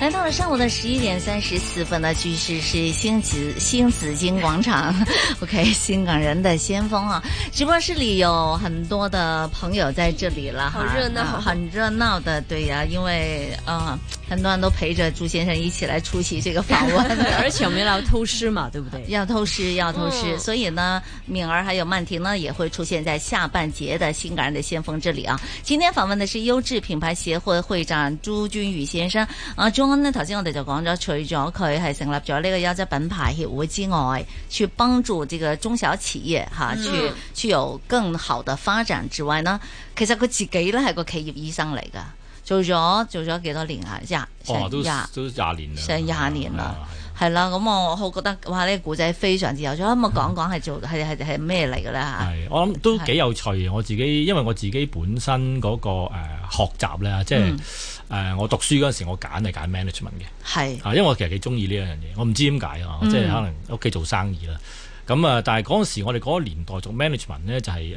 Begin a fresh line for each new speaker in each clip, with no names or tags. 来到了上午的十一点三十四分呢，继续是新紫新紫金广场 ，OK，新港人的先锋啊！直播室里有很多的朋友在这里了哈，
好热闹
啊很热闹的，对呀、因为呃，很多人都陪着朱先生一起来出席这个访问，
而且我们要偷师 嘛，对不对？
要透视，要透视。
嗯
所以呢，敏儿还有曼婷呢，也会出现在下半节的《新感人的先锋》这里啊。今天访问的是优质品牌协会會長朱君宇先生。啊，朱恩呢，頭先我哋就講咗，除咗佢係成立咗呢個優質品牌協會之外，去幫助這個中小企業哈、
嗯
去去有更好的發展之外呢，其實佢自己咧係個企業醫生嚟㗎，做咗做咗幾多年啊？廿
哦，
成
都
廿。
都廿年啦，
成廿年啦
係啊。
係啦，咁我好覺得哇！呢、個古仔非常之有趣，可唔可以
嗯
講講係做係係係咩嚟嘅咧嚇？
係，我諗都幾有趣嘅。我自己因為我自己本身嗰、個誒、呃、學習咧，即係誒、
嗯
呃我讀書嗰陣時，我揀係揀 management 嘅。
係
啊，因為我其實幾中意呢一樣嘢，我唔知點解啊，
嗯
即係可能屋企做生意啦。咁啊，但係嗰陣時我哋嗰個年代做 management 咧，就係誒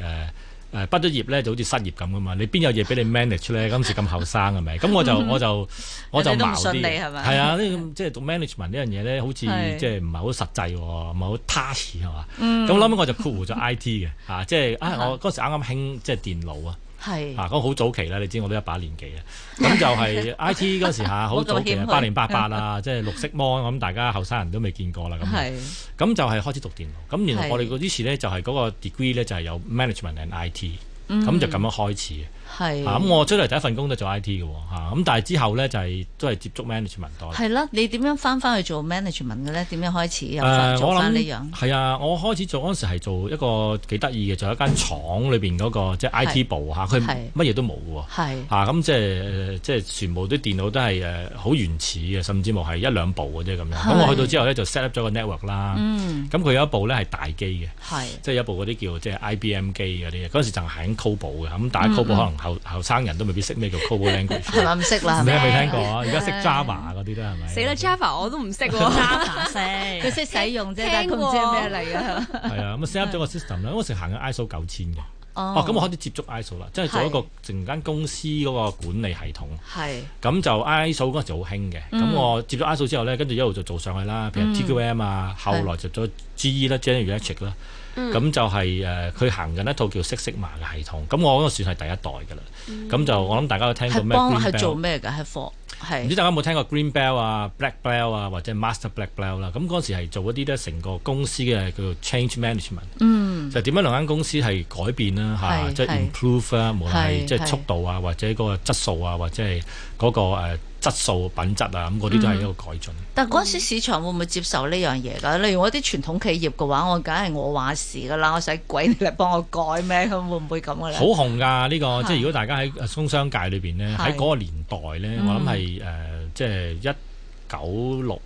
誒畢咗業咧就好似失業咁噶嘛，你邊有嘢俾你 manage 咧？今時咁後生係咪？咁我就我就我就
嗯人哋都唔
矛
信
啲
你
嘅，
係咪
係啊，呢咁即係讀 management 呢樣嘢咧，好似即
係嗯
係唔係好實際喎，唔係好踏實係嘛？咁諗起我就括弧咗 IT 嘅啊，即係啊，我嗰時啱啱興即係電腦啊。
係
啊，咁好早期啦，你知我都一把年紀啦。啊咁就係 I T 嗰時下好早期
冇咁謙
啊，
虛
八零八八啊，即係綠色 mon，我諗大家後生人都未見過啦。咁啊
係
咁就係開始讀電腦。咁然
係
後我哋嗰啲時咧就係嗰個 degree 咧就係有 management and I T，咁就咁樣開始嘅。
嗯
啊咁
係
我出嚟第一份工都做 I T 嘅喎，嚇咁但係之後咧就係都係接觸 management 多。
係啦！你點樣翻翻去做 management 嘅咧？點樣開始又
誒，
做
我
翻呢
諗
樣？
係啊！我開始做嗰陣時係做一個幾得意嘅，做一間廠裏邊嗰個即係 I T 部嚇，佢
係
乜嘢都冇嘅喎。
係
啊，咁即係即係全部啲電腦都係誒好原始嘅，甚至乎係一兩部嘅啫咁樣。
係
咁我去到之後咧就 set up 咗個 network 啦。
嗯
咁佢有一部咧係大機嘅，
係
即係有一部嗰啲叫即係 IBM 機嗰啲嘢。嗰陣時就係緊 COBOL 嘅，咁但係 COBOL 可能後後生人都未必識咩叫
係
COBOL language。
咪唔識 啦？係
你
咪
係未聽過啊？而家識 Java 嗰啲啦，係咪？
死啦，Java 我都唔識 喎。
Java 識，佢識使用啫，
聽
但係佢唔知咩嚟㗎。
係啊，咁 set up 咗個 system 啦。嗰陣時行緊 ISO 九千嘅。哦，咁我開始接觸 ISO 啦，即係做一個成間公司嗰個管理系統。
係
咁就 ISO 嗰陣時好興嘅，咁、
嗯
我接咗 ISO 之後咧，跟住一路就做上去啦，譬如
嗯
TQM 啊，後來就咗 GE 啦，General Electric 啦，
嗯
咁、就係誒佢行緊一套叫 Six Sigma 嘅系統，咁我嗰個算係第一代㗎啦，咁、就我諗大家都聽
嗯
過
係
咩
幫
Green
係做
Bell，
咩㗎？係課
唔知
係
大家有冇聽過 Green Bell 啊、Black Bell 啊或者 Master Black Bell 啦，咁嗰陣時係做一啲咧成個公司嘅叫做 Change Management。
嗯
就點樣兩間公司係改變啦嚇，
係
即係
係
improve 啦，無論係
係
即係速度啊，或者嗰個質素啊，或者係嗰個誒質素品質啊，咁嗰啲都係一個改進。
但嗰陣
嗯
時市場會唔會接受呢樣嘢㗎？例如我啲傳統企業嘅話，我梗係我話事㗎啦，我使鬼你嚟幫我改咩？咁會唔會咁嘅咧？
好紅㗎呢個，
嚇
即係如果大家喺呃工商界裏邊咧，
係嗯
喺嗰個年代咧，我諗係誒即係一九六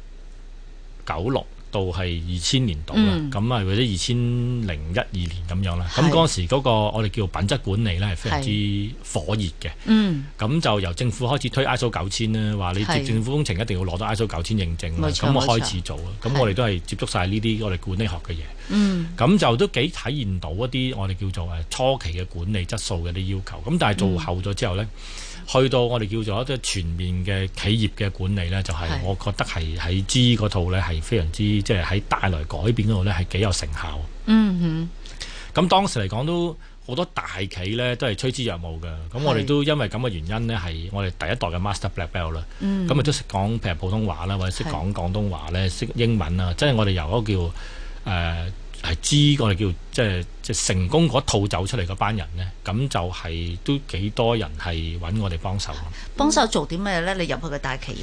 九六到係二千年度啦，
嗯
咁啊或者二千零一二年咁樣啦。咁
係
嗰陣時嗰個我哋叫品質管理咧係非常之火熱嘅。
嗯，
咁就由政府開始推 ISO 九千啦，話你接
係
政府工程一定要攞到 ISO 九千認證啦，
冇錯
咁我
冇錯
開始做啦。咁
係
我哋都係接觸晒呢啲我哋管理學嘅嘢，
嗯，
咁就都幾體現到一啲我哋叫做誒初期嘅管理質素嘅啲要求。咁但係做後咗之後呢，
嗯
去到我哋叫做一啲全面嘅企業嘅管理呢，就係
係
我覺得係喺 G 嗰套呢，係非常之即係喺帶來改變嗰度呢，係幾有成效。
嗯
咁當時嚟講都好多大企咧都係趨之若鶩嘅，咁我哋都因為咁嘅原因咧，係我哋第一代嘅 Master Black Belt 啦，
嗯
咁亦啊都識講譬如普通話啦，或者識
係
講廣東話咧，識英文啊，即係我哋由嗰個叫誒。係知我哋叫即係即係成功嗰套走出嚟嗰班人呢，咁就係都幾多人係揾我哋幫手。
哼，幫手做啲咩咧？你入去個大企業，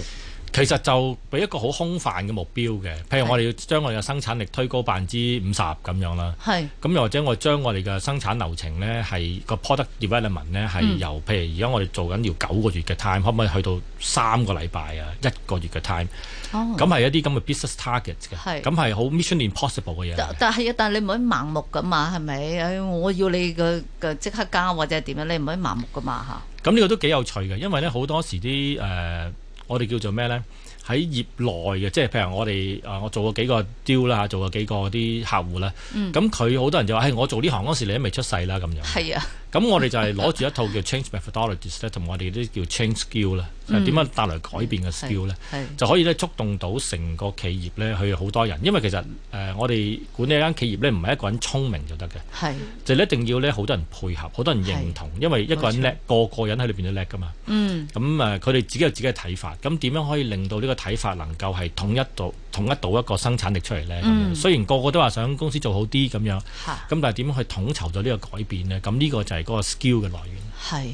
其實就俾一個好空泛嘅目標嘅，譬如我哋要將我哋嘅生產力推高百分之五十咁樣啦。
係
咁又或者我將我哋嘅生產流程呢，係個 product development 呢，係
嗯
由譬如而家我哋做緊要九個月嘅 time，可唔可以去到三個禮拜啊，一個月嘅 time？
哦
咁係一啲咁嘅 business target 嘅，
係
咁係好 mission impossible 嘅嘢嚟
但
嘅。
但係但係你唔可以盲目噶嘛，係咪？哎我要你嘅嘅即刻加或者點樣，你唔可以盲目噶嘛嚇。
咁呢個都幾有趣嘅，因為咧好多時啲誒、呃我哋叫做咩咧？喺業內嘅，即係譬如我哋誒、呃我做過幾個 deal 啦，做過幾個啲客戶啦。
嗯
咁佢好多人就話：，唉、我做呢行嗰時你都未出世啦，咁樣。
係啊，
咁我哋就係攞住一套叫 change methodologies 咧，同埋我哋啲叫 change skill 啦，就係點樣帶來改變嘅 skill 咧。
係
就可以咧觸動到成個企業咧，去好多人，因為其實誒、呃我哋管理一間企業咧，唔係一個人聰明就得嘅，
係
就一定要咧好多人配合，好多人認同，因為一個人叻，個個人喺裏邊都叻噶嘛。
嗯
咁誒，呃佢哋自己有自己嘅睇法，咁點樣可以令到呢個睇法能夠係統一到統一到一個生產力出嚟呢？咁樣
嗯
雖然個個都話想公司做好啲咁樣，咁
嚇。
但係點樣去統籌到呢個改變呢？咁呢個就係嗰個 skill 嘅來源。
係，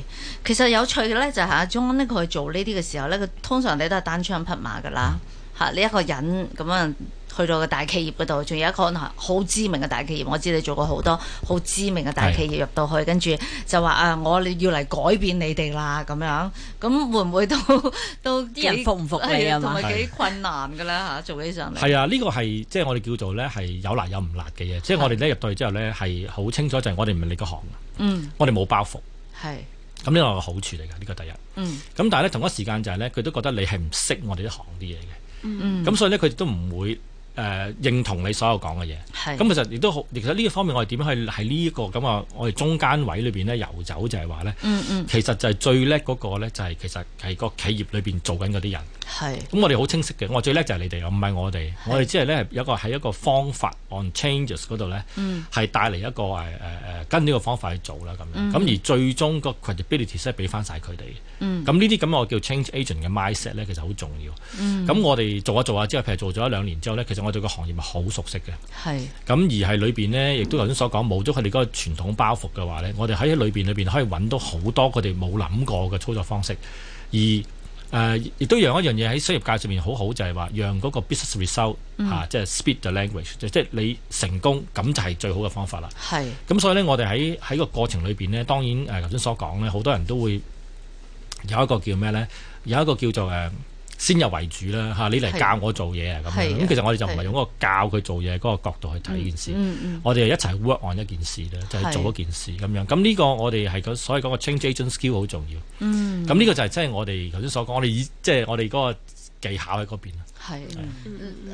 其實有趣嘅咧就係阿鐘呢，佢去做呢啲嘅時候咧，佢通常你都係單槍匹馬噶
嗯
啦，嚇、你一個人咁樣去到個大企業嗰度，仲有一個可能好知名嘅大企業，我知你做過好多好知名嘅大企業入到去，跟住就話啊，我要嚟改變你哋啦咁樣，咁會唔會都 都
啲人
幾
服唔服你
係
啊
同
嘛
埋幾困難㗎啦嚇，做起上嚟
係啊，呢、個係即係我哋叫做咧係有辣有唔辣嘅嘢，即係我哋咧入到去之後咧係好清楚，就係我哋唔係你個行，啊
嗯
我哋冇包袱，
係
咁呢個係個好處嚟嘅，呢、個第一。咁
嗯
但係咧同一時間就係咧，佢都覺得你係唔識我哋啲行啲嘢嘅，
嗯
咁、所以咧佢哋都唔會誒、呃、認同你所有講嘅嘢。
係
咁其實亦都好，其實呢一方面我哋點樣去喺呢一個咁啊，我哋中間位裏邊咧遊走就係話咧，
嗯嗯
其實就係最叻嗰個咧，就係其實係個企業裏邊做緊嗰啲人。
係
咁我哋好清晰嘅，我最叻就係你哋，唔係我哋。我哋只係咧有一個喺一個方法 on changes 嗰度咧，係帶嚟一個誒誒誒跟呢個方法去做啦咁樣。咁、而最終個 credibility 咧俾翻晒佢哋嘅。咁呢啲咁我叫 change agent 嘅 mindset 咧，其實好重要。咁、我哋做下做啊下之後，譬如做咗一兩年之後咧，其實我對個行業係好熟悉嘅。
係
咁而係裏邊呢，亦都頭先所講，冇咗佢哋嗰個傳統包袱嘅話呢，我哋喺裏邊裏邊可以揾到好多佢哋冇諗過嘅操作方式，而誒、呃亦都讓一樣嘢喺商業界上面好好，就係話讓嗰個 business result
嗯
啊即係 speed the language，即即係你成功咁就係最好嘅方法啦。
係
咁所以呢，我哋喺喺個過程裏邊呢，當然誒頭先所講呢，好多人都會有一個叫咩呢？有一個叫做誒、呃先入為主啦嚇，你嚟
係
教我做嘢啊咁
係
樣。
啊
咁其實我哋就唔
係
係用嗰個教佢做嘢嗰個角度去睇件事。
嗯嗯
我哋一齊 work on 一件事咧，就係、
係
做一件事咁樣。咁呢個我哋係個所謂嗰個 change agent skill 好重要。
嗯
咁呢個就係即係我哋頭先所講，我哋以即係我哋嗰個技巧喺嗰邊啊啦。
係。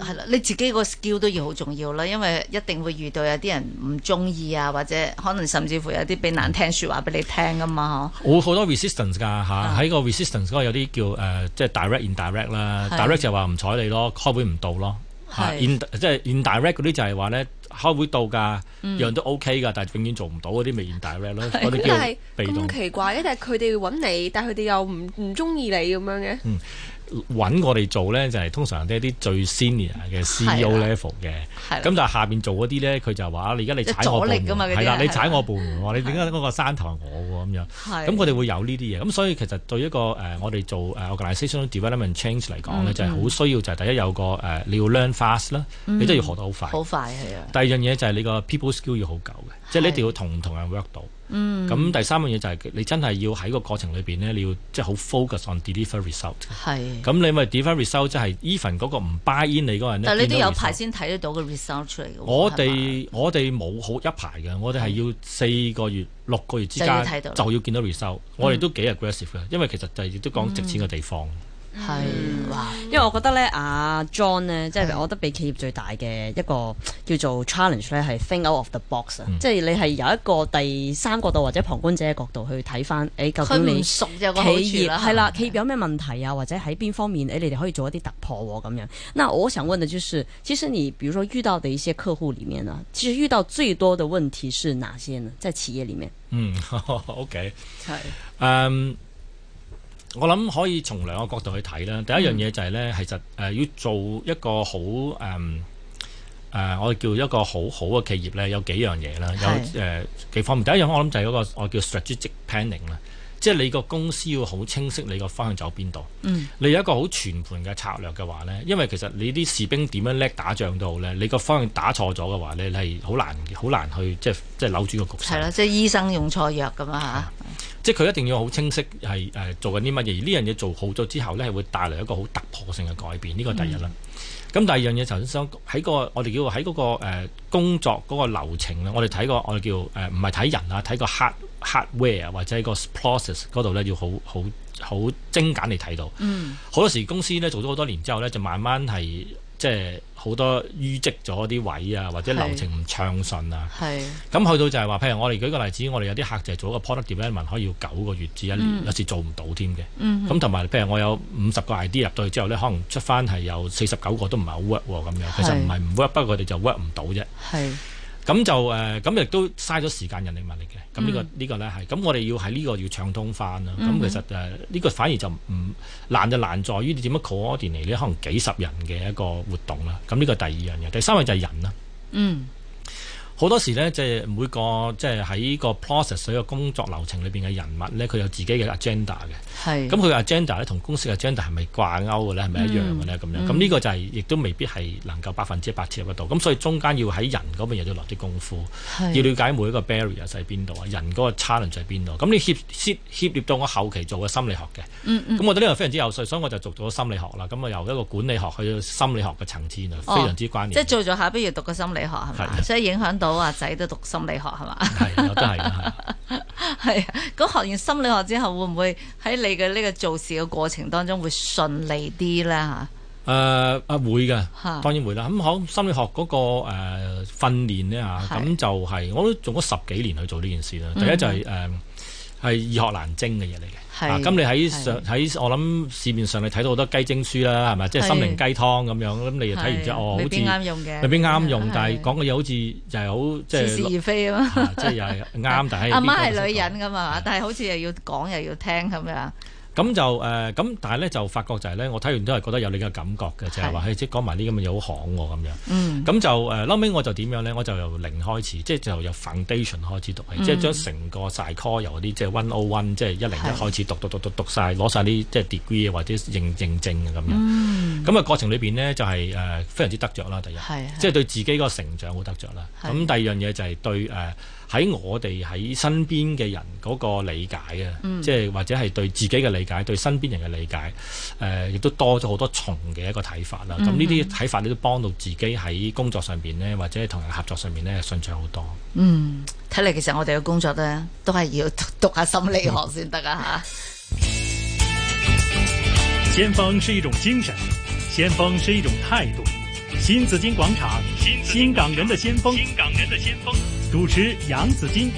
係啦，你自己個 skill 都要好重要啦，因為一定會遇到有啲人唔中意啊，或者可能甚至乎有啲俾難聽説話俾你聽噶嘛，
我好多 resistance 㗎嚇，喺個 resistance 嗰個有啲叫誒、呃即係 direct indirect 啦
係
，direct 就話唔睬你咯，開會唔到咯嚇、
係
in 即係 indirect 嗰啲就係話咧開會到㗎，樣都 OK 㗎，但係永遠做唔到嗰啲咪 indirect 咯，嗰啲
但係
叫被動
咁。奇怪嘅，但係佢哋揾你，但係佢哋又唔唔中意你咁樣嘅。
揾我哋做咧就係、通常都係一啲最 senior 嘅 CEO
係啦
level 嘅。
係
咁
啦，
但係下邊做嗰啲咧，佢就話：你而家你
即係
踩我部
阻力
門，
㗎嘛嗰啲啊
係啦，
係
你踩我部門喎，你點解嗰個山頭係我喎咁樣？
係
咁佢哋會有呢啲嘢，咁所以其實對一個誒、呃我哋做誒 organizational development change 嚟講
嗯
咧，就係好需要就係第一有個誒、呃你要 learn fast 啦，你真係要學得好快。
嗯好快係啊，
第二樣嘢就係你個 people skill 要好夠嘅，即係你一定要同唔同人 work 到。
嗯
咁第三樣嘢就係你真係要喺個過程裏邊咧，你要即係好 focus on deliver result。
係。
咁你咪 deliver result 即係 even 嗰個唔 buy in 你嗰個人咧，
但係你都
見到
有
result
排先睇得到個 result 出嚟嘅喎，係
我
嘛
哋我哋冇好一排嘅，我哋係要四個月、六個月之
就要睇到嗯
間就要見到 result。我哋都幾 aggressive 嘅，因為其實就係亦都講值錢嘅地方。
係哇，
因為我覺得咧，阿 John 咧，即係
係
我覺得俾企業最大嘅一個叫做 challenge 咧，係 think out of the box 啊、
嗯
即係你係由一個第三角度或者旁觀者嘅角度去睇翻，誒、究
佢
竟你
唔熟有個好處
企業
啦，
係啦，企業有咩問題啊，或者喺邊方面，誒、你哋可以做一啲突破喎、咁樣。那我想問的就是，其實你，比如說遇到的一些客戶裡面呢，其實遇到最多的問題是哪些呢？在企業裡面，
嗯 ，OK，
係
誒，我諗可以從兩個角度去睇啦。第一樣
嗯
嘢就係咧，其實誒要做一個好誒誒，我哋叫一個好好嘅呃企業咧，有幾樣嘢啦，有誒幾方面。第一樣我諗就係嗰個我叫 strategic planning 啦，即係你個公司要好清晰你個方向走邊度。
嗯
你有一個好全盤嘅策略嘅話呢，因為其實你啲士兵點樣叻打仗都好呢，你個方向打錯咗嘅話呢，你係好難好難去即係即係扭轉個局
係啦，
勢。
即係醫生用錯藥咁啊
即係佢一定要好清晰係誒、呃做緊啲乜嘢，而呢樣嘢做好咗之後呢，係會帶嚟一個好突破性嘅改變。呢、個第一啦。咁、第二樣嘢頭先想喺個我哋叫喺嗰、個、呃、工作嗰個流程啊咧，我哋睇個我哋叫誒唔係睇人啊，睇個 hard hardware 或者個 process 嗰度呢，要好好好精簡嚟睇到。
嗯
好多時公司咧做咗好多年之後咧，就慢慢係即係好多淤積咗啲位啊，或者流程唔暢順啊。
係
咁去到就係話，譬如我哋舉個例子，我哋有啲客就係做一個 product development 可以要九個月至一年，
嗯
有時做唔到添嘅。
嗯
咁同埋譬如我有五十個 idea 入到去之後咧，可能出翻係有四十九個都唔係好 work 喎咁樣。其實唔係唔 work，不過佢哋就 work 唔到啫。
係
咁就誒，咁亦都嘥咗時間、人力物力嘅。咁呢、個
嗯
呢個咧係，咁我哋要喺呢個要暢通翻啦。咁、
嗯哼
其實誒，呃呢、個反而就唔難就難在於你點樣 coordinate 你可能幾十人嘅一個活動啦。咁呢個第二樣嘢，第三樣就係人啦。
嗯
好多時咧，即係每個即係喺個 process 佢個工作流程裏邊嘅人物咧，佢有自己嘅 agenda 嘅。
係
咁佢嘅 agenda 咧同公司嘅 agenda 係咪掛鈎嘅咧？係咪一樣嘅
嗯
咧？咁樣咁呢個就係亦都未必係能夠百分之一百切入得到。咁所以中間要喺人嗰邊又要落啲功夫。要了解每一個 barrier 喺邊度啊，人嗰個 challenge 喺邊度。咁你協涉協協到我後期做嘅心理學嘅，咁、
嗯嗯
我覺得呢個非常之有趣，所以我就讀咗心理學啦。咁啊由一個管理學去到心理學嘅層次啊，
哦
非常之關聯。
即係做咗下，不如讀個心理學係嘛，
係
所以影響到阿仔都讀心理學係嘛，
係啊都係 啊
係啊咁學完心理學之後，會唔會喺你嘅呢個做事嘅過程當中會順利啲咧嚇？
係啊誒啊會嘅
嚇，
當然會啦。咁好心理學嗰、個誒、呃、訓練咧嚇，
係嗯
咁就係、我都做咗十幾年去做呢件事啦。第一就係、誒。係易學難精嘅嘢嚟
係
嘅，啊咁你喺
係
上喺我諗市面上你睇到好多雞精書啦，係咪？即係
係
心靈雞湯咁樣，咁你又睇完之後，哦，好
未
似
必啱用嘅，
未必啱用
係，
但係講嘅嘢好似就係好即
似
係
是而非啊嘛。
啊即係又係啱，但 係
阿媽
呢個
係女人
就
噶嘛，但係好似又要講又要聽咁樣，
咁就誒咁，但係咧就發覺就係咧，我睇完都係覺得有你嘅感覺嘅，就係話嘿即係講埋啲咁嘅嘢好行喎咁樣。
嗯
咁就誒後尾我就點樣咧？我就由零開始，即係就由 foundation 開始讀
嗯
起，即係將成個 s y c o 由啲即係 one o one 即係一零一
係
開始讀讀讀讀讀晒，攞晒啲即係 degree 啊或者認認證啊咁樣。
嗯，
咁啊過程裏邊呢，就係、誒非常之得着啦，第一。
係啊係
即係對自己個成長好得着啦。
係
咁第二樣嘢就係對誒喺、我哋喺身邊嘅人嗰個理解啊，
嗯
即係或者係對自己嘅理解，對身邊人嘅理解，誒、亦都多咗好多重嘅一個睇法
嗯
啦。咁呢啲睇法你都幫到自己喺工作上邊呢，或者係同人合作上面呢，順暢好多。
嗯，睇嚟其實我哋嘅工作咧，都係要讀讀下心理學先得啊吓。
先鋒是一种精神，先锋是一种态度。新紫金广场，新新港人的先锋，新港人的先锋。主持杨紫金。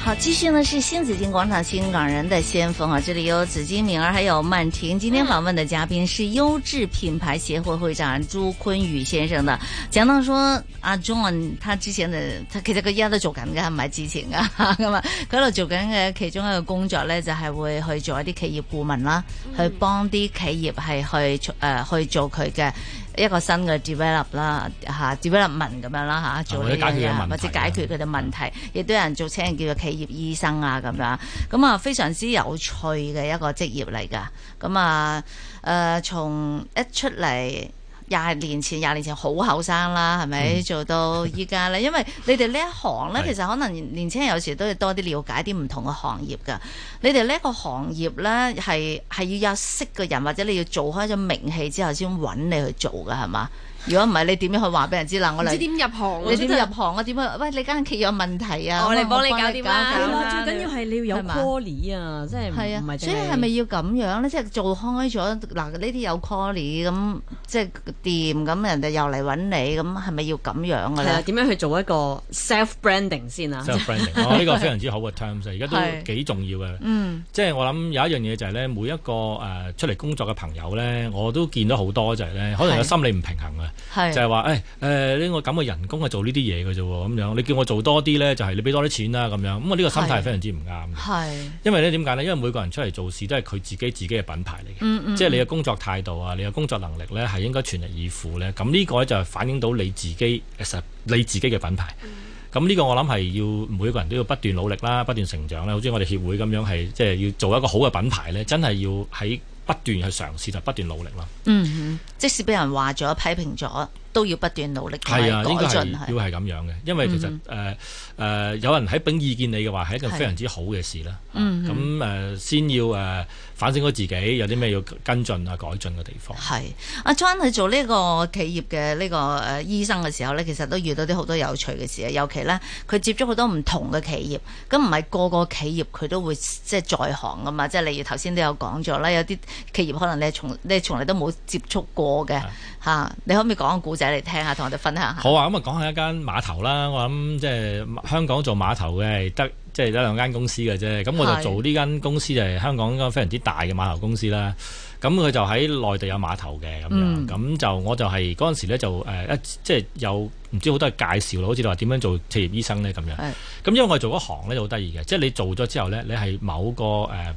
好，继续呢是新紫金广场新港人的先锋啊，这里有紫金敏儿还有曼婷。今天访问的嘉宾是优质品牌协会会长朱坤宇先生的。讲到说阿 John 他之前的，他其實佢而家都做緊嘅，唔係之前噶咁啊， 佢喺度做緊嘅其中一個工作咧，就係會去做一啲企業顧問啦，
嗯
去幫啲企業係去誒、呃去做佢嘅。一個新嘅 develop 啦嚇，development 咁樣啦嚇，做呢
啊或者
樣
解決佢嘅
嘢，
問
或者
題啊
解決佢哋問題，亦都有人做稱叫做企業醫生啊咁樣，咁啊非常之有趣嘅一個職業嚟㗎。咁啊誒，從一出嚟。廿年前，廿年前好後生啦，係咪、做到依家咧？因為你哋呢一行咧，
係
其實可能年青人有時都要多啲了解啲唔同嘅行業㗎。你哋呢一個行業咧，係係要有識嘅人，或者你要做開咗名氣之後先揾你去做㗎，係嘛？如果唔係，你點樣去話俾人知嗱？我
唔
嚟
知點入行啊，
你點入行啊？點啊？喂，你間企業有問題啊？
我
咁
嚟
啊
哦幫你
我
搞掂啦
係
係
啦，
啦
最緊要啊係你要有
係嘛
quality 啊，即係啊
係
唔係
啊，
淨
所以係咪要咁樣咧？即係做開咗嗱，呢啲有 call 咁，即係掂咁，人哋又嚟揾你，咁係咪要咁樣嘅
係啊？
咧？
點樣去做一個 self branding 先啊
即？係 branding，哦呢個非常之好嘅 terms，而家
係
都幾重要嘅。
嗯，
即係我諗有一樣嘢就係咧，每一個誒、呃出嚟工作嘅朋友咧，我都見到好多就係咧，可能有
係
心理唔平衡啊。
係
就係話誒誒呢個咁嘅人工係做呢啲嘢嘅啫喎，咁樣你叫我做多啲咧，就係、你俾多啲錢啦咁樣，咁我呢個心態係非常之唔啱嘅。
係
因為咧點解咧？因為每個人出嚟做事都係佢自己自己嘅品牌嚟嘅，
嗯嗯
即係你嘅工作態度啊，你嘅工作能力咧係應該全力以赴咧。咁呢個咧就係反映到你自己實你自己嘅品牌。咁呢個我諗係要每個人都要不斷努力啦，不斷成長啦。好似我哋協會咁樣係即係要做一個好嘅品牌咧，真係要喺不斷去嘗試同不斷努力咯。
嗯哼，即使俾人話咗、批評咗，都要不斷努力同埋
係啊，應該
改
係
進係。嗯
要係咁樣嘅，因為其實誒誒、呃有人喺俾意見你嘅話，係一件
係
非常之好嘅事啦。啊
嗯
咁誒、呃先要誒、呃反省咗自己有啲咩要跟進啊、改進嘅地方。
係阿 John 去做呢個企業嘅呢個誒醫生嘅時候咧，其實都遇到啲好多有趣嘅事啊。尤其咧，佢接觸好多唔同嘅企業，咁唔係個個企業佢都會即係在行噶嘛。即係例如頭先都有講咗啦，有啲企業可能你係從你係從嚟都冇接觸過嘅嚇、你可唔可以講個故仔嚟聽下，同我哋分享下？
好啊，咁啊講下一間碼頭啦。我諗即係香港做碼頭嘅係得即係得兩間公司嘅啫。咁我
係
就做呢間公司就係香港一間非常之大嘅碼頭公司啦。咁佢就喺內地有碼頭嘅咁
嗯
樣，咁、就我就係嗰陣時咧就誒一、即係有唔知好多介紹啦，好似你話點樣做企業醫生咧咁樣
係。
咁因為我哋做嗰行咧就好得意嘅，即係你做咗之後咧，你係某個誒。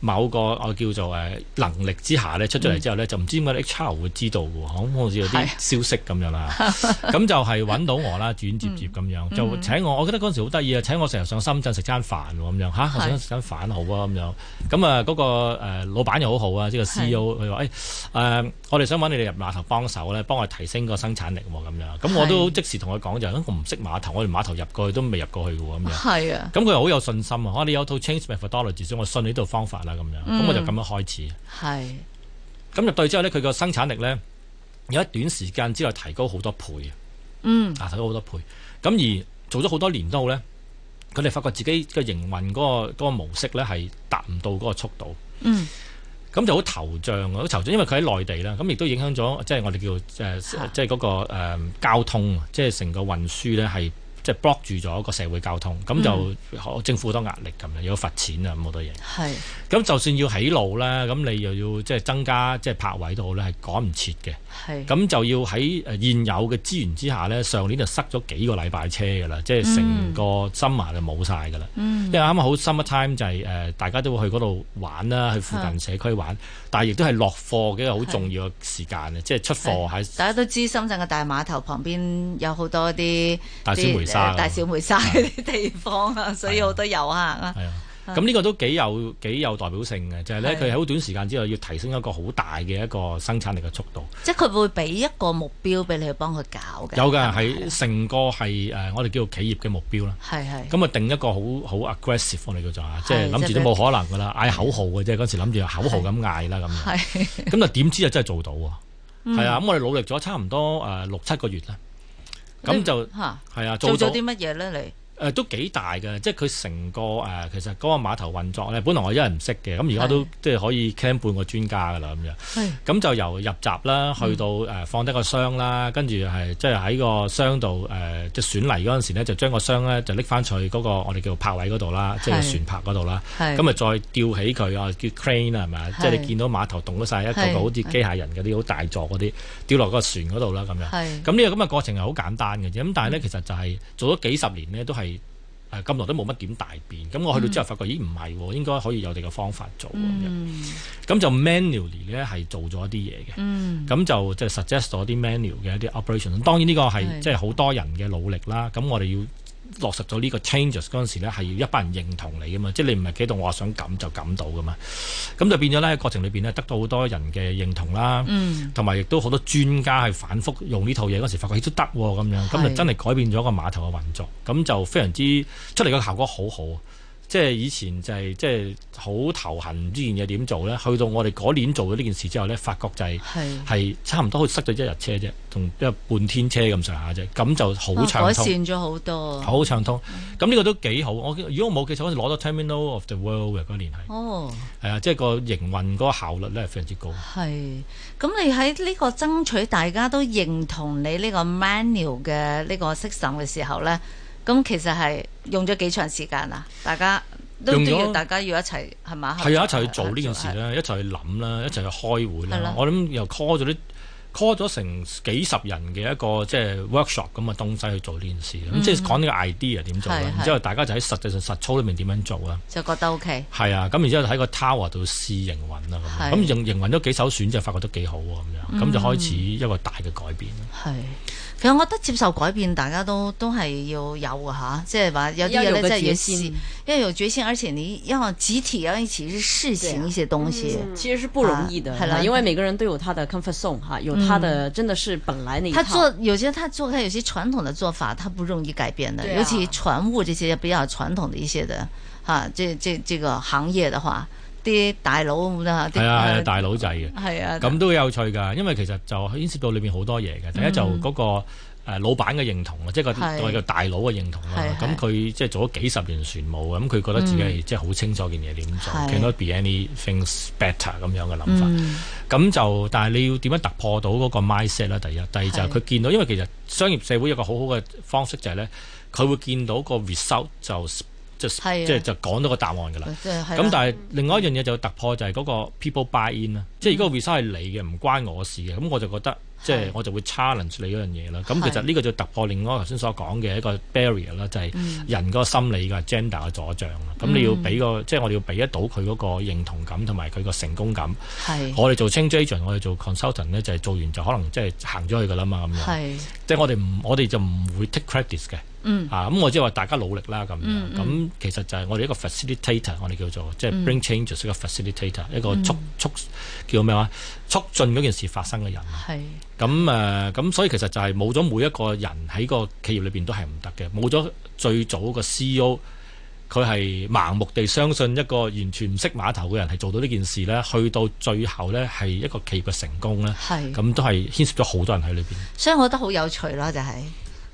某個我叫做誒能力之下咧，出咗嚟之後咧，就唔知點解 HR 會知道喎，好好似有啲
嗯係
消息咁 樣啦。咁就係揾到我啦，轉接接咁樣，
嗯
就請我。我記得嗰陣時好得意啊，請我成日上深圳食餐飯喎咁樣吓，我
係
想食餐飯好啊咁樣。咁啊嗰個誒老闆又好好啊，即係個
係
CEO 佢話哎誒誒，我哋想揾你哋入碼頭幫手咧，幫我哋提升個生產力喎咁樣。咁我都
係
即時同佢講就係，啊我唔識碼頭，我哋碼頭入過去都未入過去嘅喎咁樣。
係啊，
咁佢又好有信心啊！我哋有套 change methodology，所以我信你呢套方法啦咁樣。咁我就咁樣開始。
係
咁入隊之後咧，佢個生產力咧有一短時間之內提高好多倍
嗯
啊，提高好多倍。咁而做咗好多年都好咧，佢哋發覺自己嘅營運嗰、個嗰個模式咧係達唔到嗰個速度。
嗯
咁就好頭脹啊，好頭脹，因為佢喺內地啦，咁亦都影響咗，即係我哋叫誒，
嚇
即係嗰個誒交通啊，即係成個運輸咧係即係 block 住咗個社會交通，咁
嗯
就政府好多壓力咁樣，有罰錢啊咁好多嘢。
係
咁就算要起路啦，咁你又要即係增加即係泊位都好咧，係趕唔切嘅。
係
咁就要喺誒現有嘅資源之下咧，上年就塞咗幾個禮拜車㗎啦，即係成個 summer 就冇晒㗎啦。因為啱啱好 summer time 就係、呃大家都會去嗰度玩啦，去附近社區玩，但係亦都係落貨嘅一個好重要嘅時間啊，即係出貨喺
大家都知深圳嘅大碼頭旁邊有好多啲
大小梅沙
啲呃
㗎
大小梅沙嗰啲地方啊，所以好多遊客啊。
係啊。咁呢個都幾有幾有代表性嘅，就係咧
係
佢喺好短時間之內要提升一個好大嘅一個生產力嘅速度。
即係佢會俾一個目標俾你去幫佢搞嘅。
有㗎，係啊成個係誒、呃我哋叫做企業嘅目標啦。
係係
咁啊，定一個好好 aggressive 我哋叫做啊，即係
係
諗
即
住
係
都冇可能㗎啦，嗌口號嘅啫。嗰時諗住啊口號咁嗌啦，咁樣
係嗯
咁啊點知啊真係做到喎，係啊，咁我哋努力咗差唔多誒六七個月啦，咁就
嚇
係啊
做
做到
咗啲乜嘢咧？你
誒呃都幾大嘅，即係佢成個誒其實嗰個碼頭運作咧，本來我一人唔識嘅，咁而家都
係
即係可以 claim 半個專家㗎啦咁樣。
係嗯
咁就由入閘啦，去到誒、呃放低個箱啦，跟住係即係喺個箱度誒、呃即係選嚟嗰陣時咧，就將個箱咧就拎翻去嗰個我哋叫泊位嗰度啦，即
係
係船泊嗰度啦。
係
咁啊再吊起佢啊，叫 crane 啦，係咪啊
係
即係你見到碼頭動咗晒一個
係
個好似機械人嗰啲好大座嗰啲，吊落個船嗰度啦咁樣。
係
咁呢個咁嘅過程係好簡單嘅啫，咁但係咧其實就係做咗幾十年咧都係。誒咁耐都冇乜點大變，咁我去到之後發覺，咦唔係喎，應該可以有哋嘅方法做咁樣，
嗯
咁就 manually 咧係做咗啲嘢嘅。
嗯
咁就即係 suggest 咗啲 menu 嘅一啲 operation。當然呢個
係
係即係好多人嘅努力啦。咁我哋要落實咗呢個 changes 嗰陣時咧，係要一班人認同你噶嘛，即係你唔係企度我話想咁就咁到噶嘛。咁就變咗咧喺過程裏邊咧得到好多人嘅認同啦，
嗯
同埋亦都好多專家係反覆用呢套嘢嗰時發覺咦都得喎咁樣，咁
係
就真係改變咗個碼頭嘅運作，咁就非常之出嚟個效果好好。即係以前就係、即係好頭痕，唔知件嘢點做咧。去到我哋嗰年做咗呢件事之後咧，發覺就係、
係
係差唔多好似塞咗一日車啫，同一日半天車咁上下啫，咁就好
啊改
暢
善
通，
咗好多。
好暢通。咁呢個都幾好。我如果我冇記錯，好似攞咗 Terminal of the World 嘅嗰年係，
哦，
係啊，即係個營運嗰個效率咧係非常之高。
係。咁你喺呢個爭取大家都認同你呢個 manual 嘅呢個 system 嘅時候咧，咁其實係用咗幾長時間啊？大家都
用
都
咗
要大家要一齊係嘛？
係啊，一
合作
齊去做呢件事。啦，一齊去諗啦，一齊去開會
係啦
啦。我諗又 call 咗啲 call 咗成幾十人嘅一個即係 workshop 咁嘅東西去做呢件事，咁即係講呢個 idea 點做啦，
係係
然之後大家就喺實際上實操裏面點樣做啊。
就覺得 OK。
係啊，咁然之後喺個 tower 度試營運啦，
係
咁咁營營運咗幾首選就發覺都幾好喎，咁樣咁就開始一個大嘅改變。
係，其實我覺得接受改變，大家都都係要有嘅吓，即係話有啲嘢
要有
咧，
個
真係要
決心
試，要有決心，而且你要集體要一起去事情一些東西。
其实是不容易的，
啊係啦嗯
因为每个人都有他的 comfort zone 哈，有他的真的是本来那一套。
他做有些他做开有些传统的做法，他不容易改变的，
对啊
尤其船务这些比較傳統的一些的哈、這这这個行業的話，啲大佬咁啦，啲
係啊，係啊，大佬制嘅。
係啊，
咁都有趣㗎，因為其實就牽涉到裏面好多嘢嘅。第一就嗰個誒老闆嘅認同啊啦，即係個
嗯係
個大佬嘅認同啦
係。係
咁佢即係做咗幾十年船務，啊咁佢覺得自己係即係好清楚件嘢點做
係
，cannot be anything better 咁樣嘅諗法。
嗯
咁就但係你要點樣突破到嗰個 mindset 啦？第一，第二就
係
係佢見到，因為其實商業社會有個好好嘅方式就係咧，佢會見到個 result 就就即
係啊
係就講到個答案㗎啦。
即係啊係啦
咁但係另外一樣嘢就突破就係嗰個 people buy in 啦，即係如果個 result 係你嘅，唔關我事嘅，咁我就覺得即係
嗯係
我就會 challenge 你嗰樣嘢啦。咁
係
其實呢個就突破另外頭先所講嘅一個 barrier 啦，就係
嗯
人嗰個心理嘅 gender 嘅阻障啦。咁你要俾個即係我哋要俾得到佢嗰個認同感同埋佢個成功感。
係
我哋做 change agent，我哋做 consultant 咧，就係做完就可能即係行咗去㗎啦嘛，咁樣。
係
即係我哋唔，我哋就唔會 take credit 嘅。
嗯
啊，咁我即係話大家努力啦，咁樣。咁、
嗯
其實就係我哋一個 facilitator，我哋叫做即係
嗯
bring changes 一個 facilitator，一個促促叫咩話，促進嗰件事發生嘅人。
係
咁誒，呃咁、所以其實就係冇咗每一個人喺個企業裏邊都係唔得嘅，冇咗最早個 CEO，佢係盲目地相信一個完全唔識碼頭嘅人係做到呢件事咧，去到最後咧係一個企業嘅成功咧，
係。
咁都係牽涉咗好多人喺裏邊。
所以我覺得好有趣咯，就係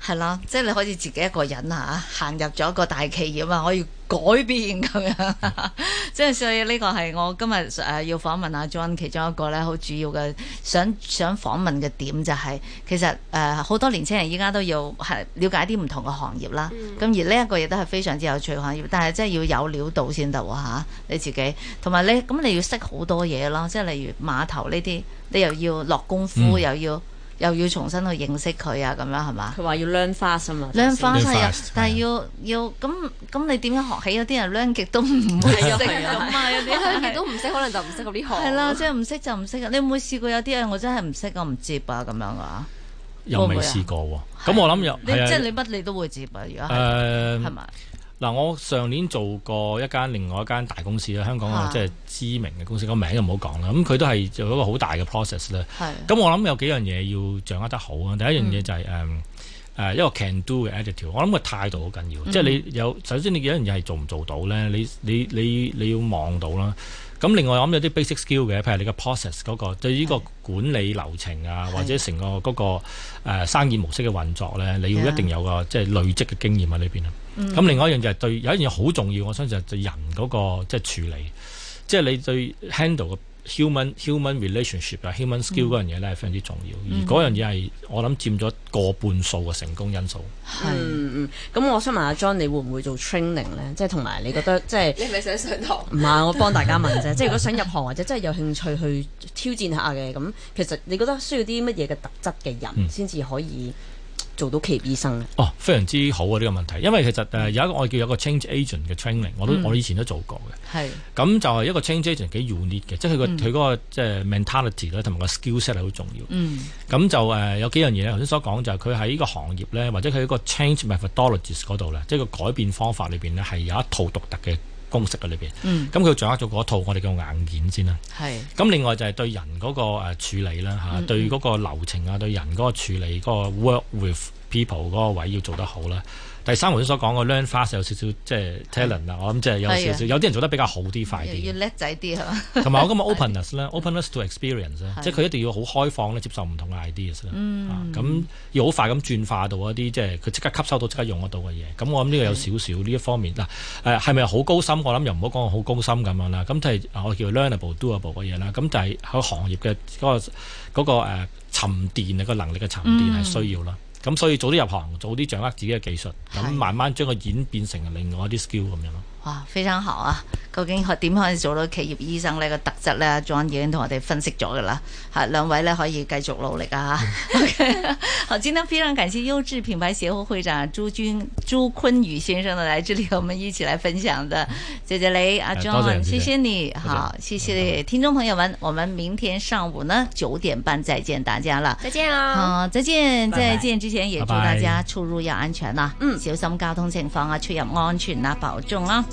係啦，即係你可以自己一個人啊，行入咗一個大企業啊，可以改變咁樣， 即係所以呢個係我今日誒、呃要訪問阿 John 其中一個咧好主要嘅想想訪問嘅點就係、其實誒好、多年青人依家都要係了解啲唔同嘅行業啦，咁、而呢一個亦都係非常之有趣嘅行業，但係真係要有料到先得喎嚇你自己，同埋你咁你要識好多嘢咯，即係例如碼頭呢啲，你又要落功夫，
嗯
又要。又要重新去認識佢啊，咁樣係嘛？
佢話要 learn fast 啊嘛，
learn 翻係啊
Learn fast，，
但係
係啊
要要咁咁，你點樣學起？有啲人 learn 極都唔會識
係啊
咁啊，有啲
香
learn
港
極
都唔識，可能就唔適合呢行。
係啦，即係唔識就唔識啊！你有冇試過有啲嘢我真係唔識，我唔接啊咁樣啊？
又
會
未
唔會啊
試過喎，咁我諗又
你即係
係
你乜你都會接啊？如果
啊
係
誒
係咪？
嗱，我上年做過一間另外一間大公司咧，香港
啊
嘅即係知名嘅公司，個名就唔好講啦。咁佢都係做一個好大嘅 process 咧。
係
咁我諗有幾樣嘢要掌握得好啊。第一樣嘢就係誒
嗯
誒一個 can do 嘅 attitude，我諗個態度好緊要。
嗯
即係你有首先你有一樣嘢係做唔做到咧，你你你你要望到啦。咁另外我諗有啲 basic skill 嘅，譬如你嘅 process 嗰、個對呢個管理流程啊，
係
或者成個嗰、個、呃、生意模式嘅運作咧，你要
Yeah
一定有個即係累積嘅經驗喺裏邊啊。咁、另外一樣就係對有一樣嘢好重要，我相信就係對人嗰、個即係處理。即係你對 handle 個 human human relationship 啊，human skill 嗰樣嘢咧係非常之重要，而嗰樣嘢係我諗佔咗過半數嘅成功因素。啊
係
嗯嗯，咁我想問阿 John，你會唔會做 training 咧？即係同埋你覺得即係
你係咪想上堂？
唔係我幫大家問 啫？即係如果想入行或者真係有興趣去挑戰下嘅，咁其實你覺得需要啲乜嘢嘅特質嘅人
嗯
先至可以做到企業醫生咧？
哦，非常之好啊！呢、個問題，因為其實誒、呃有一個我叫有一個 change agent 嘅 training，我都、我以前都做過嘅。
係
咁就係一個 change agent 幾 unique 嘅，即係佢個佢嗰個即係 mentality 啦，同埋個 skill set 係好重要。
嗯
咁就誒、呃有幾樣嘢咧，頭先所講就係佢喺呢個行業咧，或者佢喺個 change methodologies 嗰度咧，即係個改變方法裏邊咧係有一套獨特嘅公式喺裏邊。
嗯
咁佢掌握咗嗰套我哋嘅硬件先啦。
係
咁另外就係對人嗰個呃誒處理啦
嗯
嚇，對嗰個流程啊，對人嗰個處理嗰、個 work with people 嗰個位要做得好啦。第三，頭先所講嘅 learn fast 有少少即係 talent 啦，我諗即係有少
係
少，有啲人做得比較好啲、快
要要
啲，
叻仔啲啊係嘛？
同埋我今日 openness 咧，openness to experience 咧
係，嗯
即係佢一定要好開放咧，接受唔同嘅 ideas 啦。啊咁要好快咁轉化到一啲即係佢即刻吸收到、即刻用得到嘅嘢。咁我諗呢個有少少呢一方面嗱，誒係咪好高深？我諗又唔好講好高深咁樣啦。咁就係我叫
嗯
learnable、doable 嘅嘢啦。咁就係喺行業嘅嗰、個嗰、個、呃、沉澱啊，個能力嘅沉澱係需要啦。咁所以早啲入行，早啲掌握自己嘅技術，咁
係
慢慢將佢演變成另外一啲 skill 咁樣咯。
哇，非常好啊！究竟可點可以做到企業醫生呢個特質呢 j o h n 已經同我哋分析咗噶啦，嚇兩位呢可以繼續努力啊！嚇 OK，好，今天非常感謝優質品牌協會會長朱君朱坤宇先生呢來這裡和我們一起來分享的。謝謝你，阿
哎
John，
多
謝
謝謝謝
謝你，好，謝謝聽眾朋友們，我們明天上午呢九點半再見大家了。
再見啊！
好，再見！
拜拜
再見之前也祝大啊家出入要安全啦，嗯，小心交通情況啊，出入安全啦，保重啦。